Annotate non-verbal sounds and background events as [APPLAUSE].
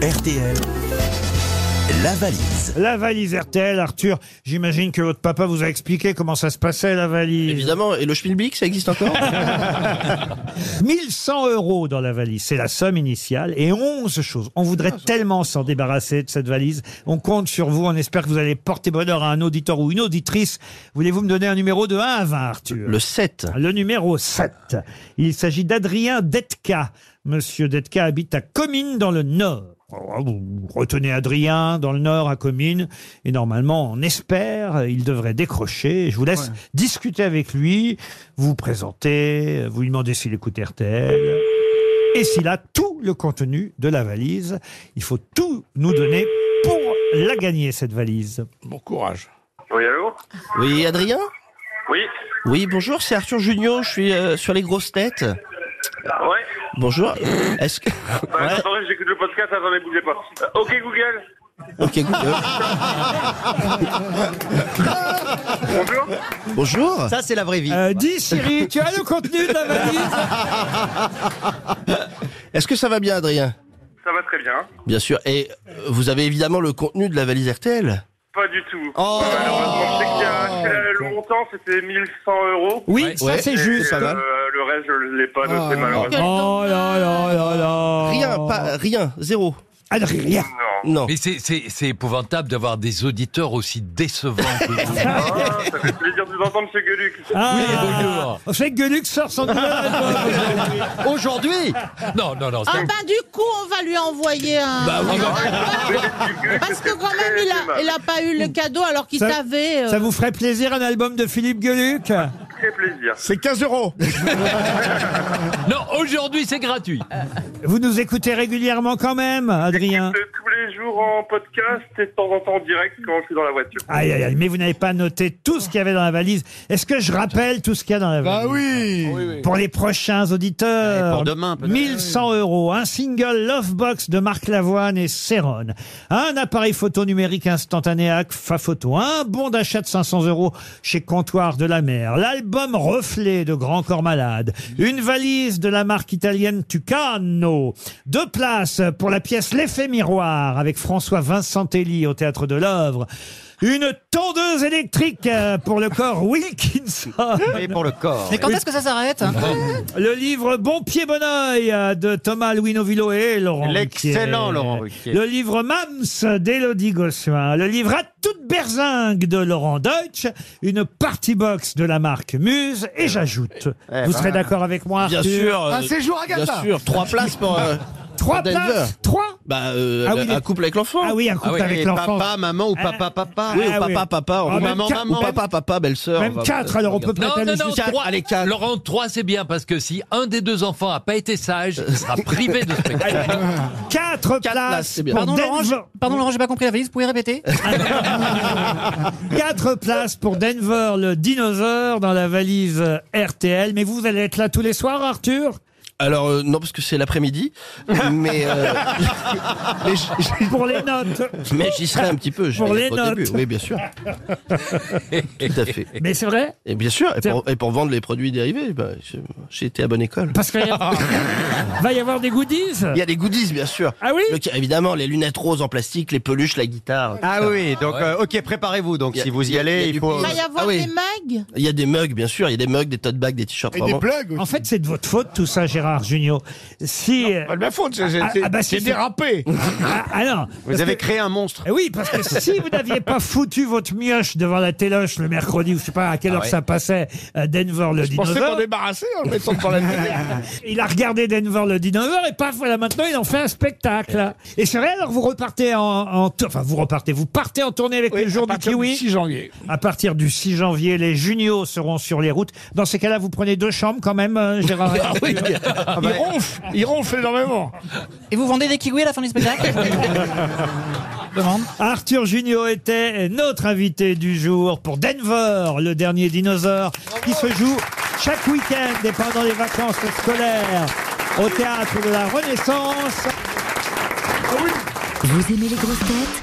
RTL, la valise. La valise RTL, Arthur, j'imagine que votre papa vous a expliqué comment ça se passait la valise. Évidemment, et le Schmilblick, ça existe [LAUGHS] encore 1100 euros dans la valise, c'est la somme initiale, et 11 choses. On voudrait tellement s'en débarrasser de cette valise. On compte sur vous, on espère que vous allez porter bonheur à un auditeur ou une auditrice. Voulez-vous me donner un numéro de 1 à 20, Arthur Le 7. Le numéro 7. Il s'agit d'Adrien Detka. Monsieur Detka habite à Comines dans le Nord. Oh, Vous retenez Adrien dans le Nord à Comines et normalement on espère il devrait décrocher. Je vous laisse discuter avec lui, vous vous présenter, vous lui demandez s'il écoute RTL et s'il a tout le contenu de la valise. Il faut tout nous donner pour la gagner cette valise. Bon courage. Oui, allô Oui, Adrien Oui Oui, bonjour, c'est Arthur Junio, je suis euh, sur les grosses têtes. Ouais Bonjour. Est-ce que... Bah, Ouais, Attendez, j'écoute le podcast, attendez, bougez pas. Euh, ok Google ok, good. Euh, Bonjour bonjour. Ça, c'est la vraie vie. Euh, dis Siri, tu as le contenu de la valise Est-ce que ça va bien, Adrien Ça va très bien. Bien sûr. Et euh, vous avez évidemment le contenu de la valise RTL Pas du tout. Oh. Malheureusement, je sais qu'il y a- c'est- le montant, c'était 1100 euros. Oui, Ouais. ça Ouais. c'est Et, juste. euh, le reste, je ne l'ai pas noté, Ah, malheureusement. Oh là là là là Rien, pas rien, zéro. Adrien Non. Non. Mais c'est- c'est c'est épouvantable d'avoir des auditeurs aussi décevants que vous. Ah, ça fait plaisir de vous entendre, monsieur Gueluc. ah, bonjour. Vous savez que Gueluc sort [LAUGHS] son nouvel album. Aujourd'hui Non, non, non. Ah c'est- bah du coup on va lui envoyer un. Parce que quand même il [LAUGHS] a, il a pas eu le cadeau alors qu'il Ça- savait. euh, Ça vous ferait plaisir un album de Philippe Gueluc Très plaisir. C'est 15 euros. Non, aujourd'hui, c'est gratuit. Vous nous écoutez régulièrement quand même, Adrien C'est Euh, tous les jours en podcast et de temps en temps en direct quand je suis dans la voiture. Aïe, aïe, aïe, mais vous n'avez pas noté tout ce qu'il y avait dans la valise. Est-ce que je rappelle tout ce qu'il y a dans la valise oui. Pour les prochains auditeurs, Et pour demain, peut-être. 1100 euros, un single Lovebox de Marc Lavoine et Céron, un appareil photo numérique instantané Agfa Photo, un bon d'achat de 500 euros chez Comptoir de la Mer, l'album Reflet de Grand Corps Malade, une valise de la marque italienne Tucano, deux places pour la pièce L'effet miroir avec François Vincentelli au Théâtre de l'Œuvre, une tondeuse électrique euh, pour le corps Wilkinson. Et pour le corps. Mais quand est-ce que ça s'arrête Le livre Bon Pied Bon Oeil euh, de Thomas Louis Novillo et Laurent Ruquier. L'excellent Laurent Ruquier. Le livre Mams d'Élodie Gossuin. Le livre À toute berzingue de Laurent Deutsch. Une party box de la marque Muse. Et j'ajoute, Eh vous ben. serez d'accord avec moi, Bien Arthur, sûr. euh, Un Ah, séjour à bien Gaza sûr. Trois places [LAUGHS] pour. euh, Trois Denver. places Trois bah, euh, Ah oui, un les- couple avec l'enfant. Ah oui, un Ah couple oui. avec Et l'enfant. papa, maman ou papa, papa. Oui, Ah ou oui. papa, papa, Ah, ou même maman, quatre- maman, même- papa, papa, belle-sœur. Même enfin, quatre, euh, alors on peut Non, peut-être non, aller non, jusqu'à... trois. allez, quatre. Laurent, 3, c'est bien, parce que si un des deux enfants a pas été sage, il sera privé de spectacle. Quatre places, places c'est bien. pour Pardon Laurent, j'ai- Denver. pardon Laurent, j'ai pas compris la valise, vous pouvez répéter Quatre places pour Denver, le dinosaure, dans la valise euh, RTL. Mais vous, vous allez être là tous les soirs, Arthur Alors, euh, non, parce que [LAUGHS] c'est l'après-midi, mais, euh, mais j- j- Pour les notes. mais j'y serai un petit peu. je Pour vais les être au notes. début, Oui, [LAUGHS] bien sûr. Tout à fait. Mais c'est vrai Et bien sûr, et pour, et pour vendre les produits dérivés, bah, je- j'ai été à bonne école. Parce qu'il y a- va y avoir des goodies Il y a des goodies, bien sûr. Ah oui Le- évidemment, les lunettes roses en plastique, les peluches, la guitare. Ah oui, donc Ouais. euh, ok, préparez-vous. Donc Y a- si vous y a- y y a allez, du il faut. Il va y Ah avoir des oui. mags. Il y a des mugs, bien sûr. Il y a des mugs, des tote bags, des t-shirts. euh, Et des vraiment. plugs En fait, c'est de votre faute tout ça, Gérard Junior. Si euh, de la faute, c'est ah, ah bah, si- dérapé. ah, ah non, parce Vous avez que- créé un monstre. Eh oui, parce que si vous n'aviez pas foutu votre mioche devant la téloche le mercredi, ou je sais pas à Ah quelle heure ça passait, euh, Denver le dinosaure, débarrasser en [LAUGHS] le mettant dans la il a regardé Denver le dinosaure et paf, voilà, maintenant il en fait un spectacle. Et c'est vrai, alors vous repartez en, en tour- enfin vous repartez, vous partez en tournée avec le jour du kiwi. janvier. À partir du 6 janvier, les juniors seront sur les routes. Dans ces cas-là, vous prenez deux chambres quand même, euh, [LAUGHS] Gérard. Ah Il ronfle, il ronfle énormément. Et vous vendez des kiwis à la fin du spectacle Demande. [LAUGHS] Arthur Junior était notre invité du jour pour Denver, le dernier dinosaure, qui se joue chaque week-end et pendant les vacances scolaires au théâtre de la Renaissance. Vous aimez les grosses têtes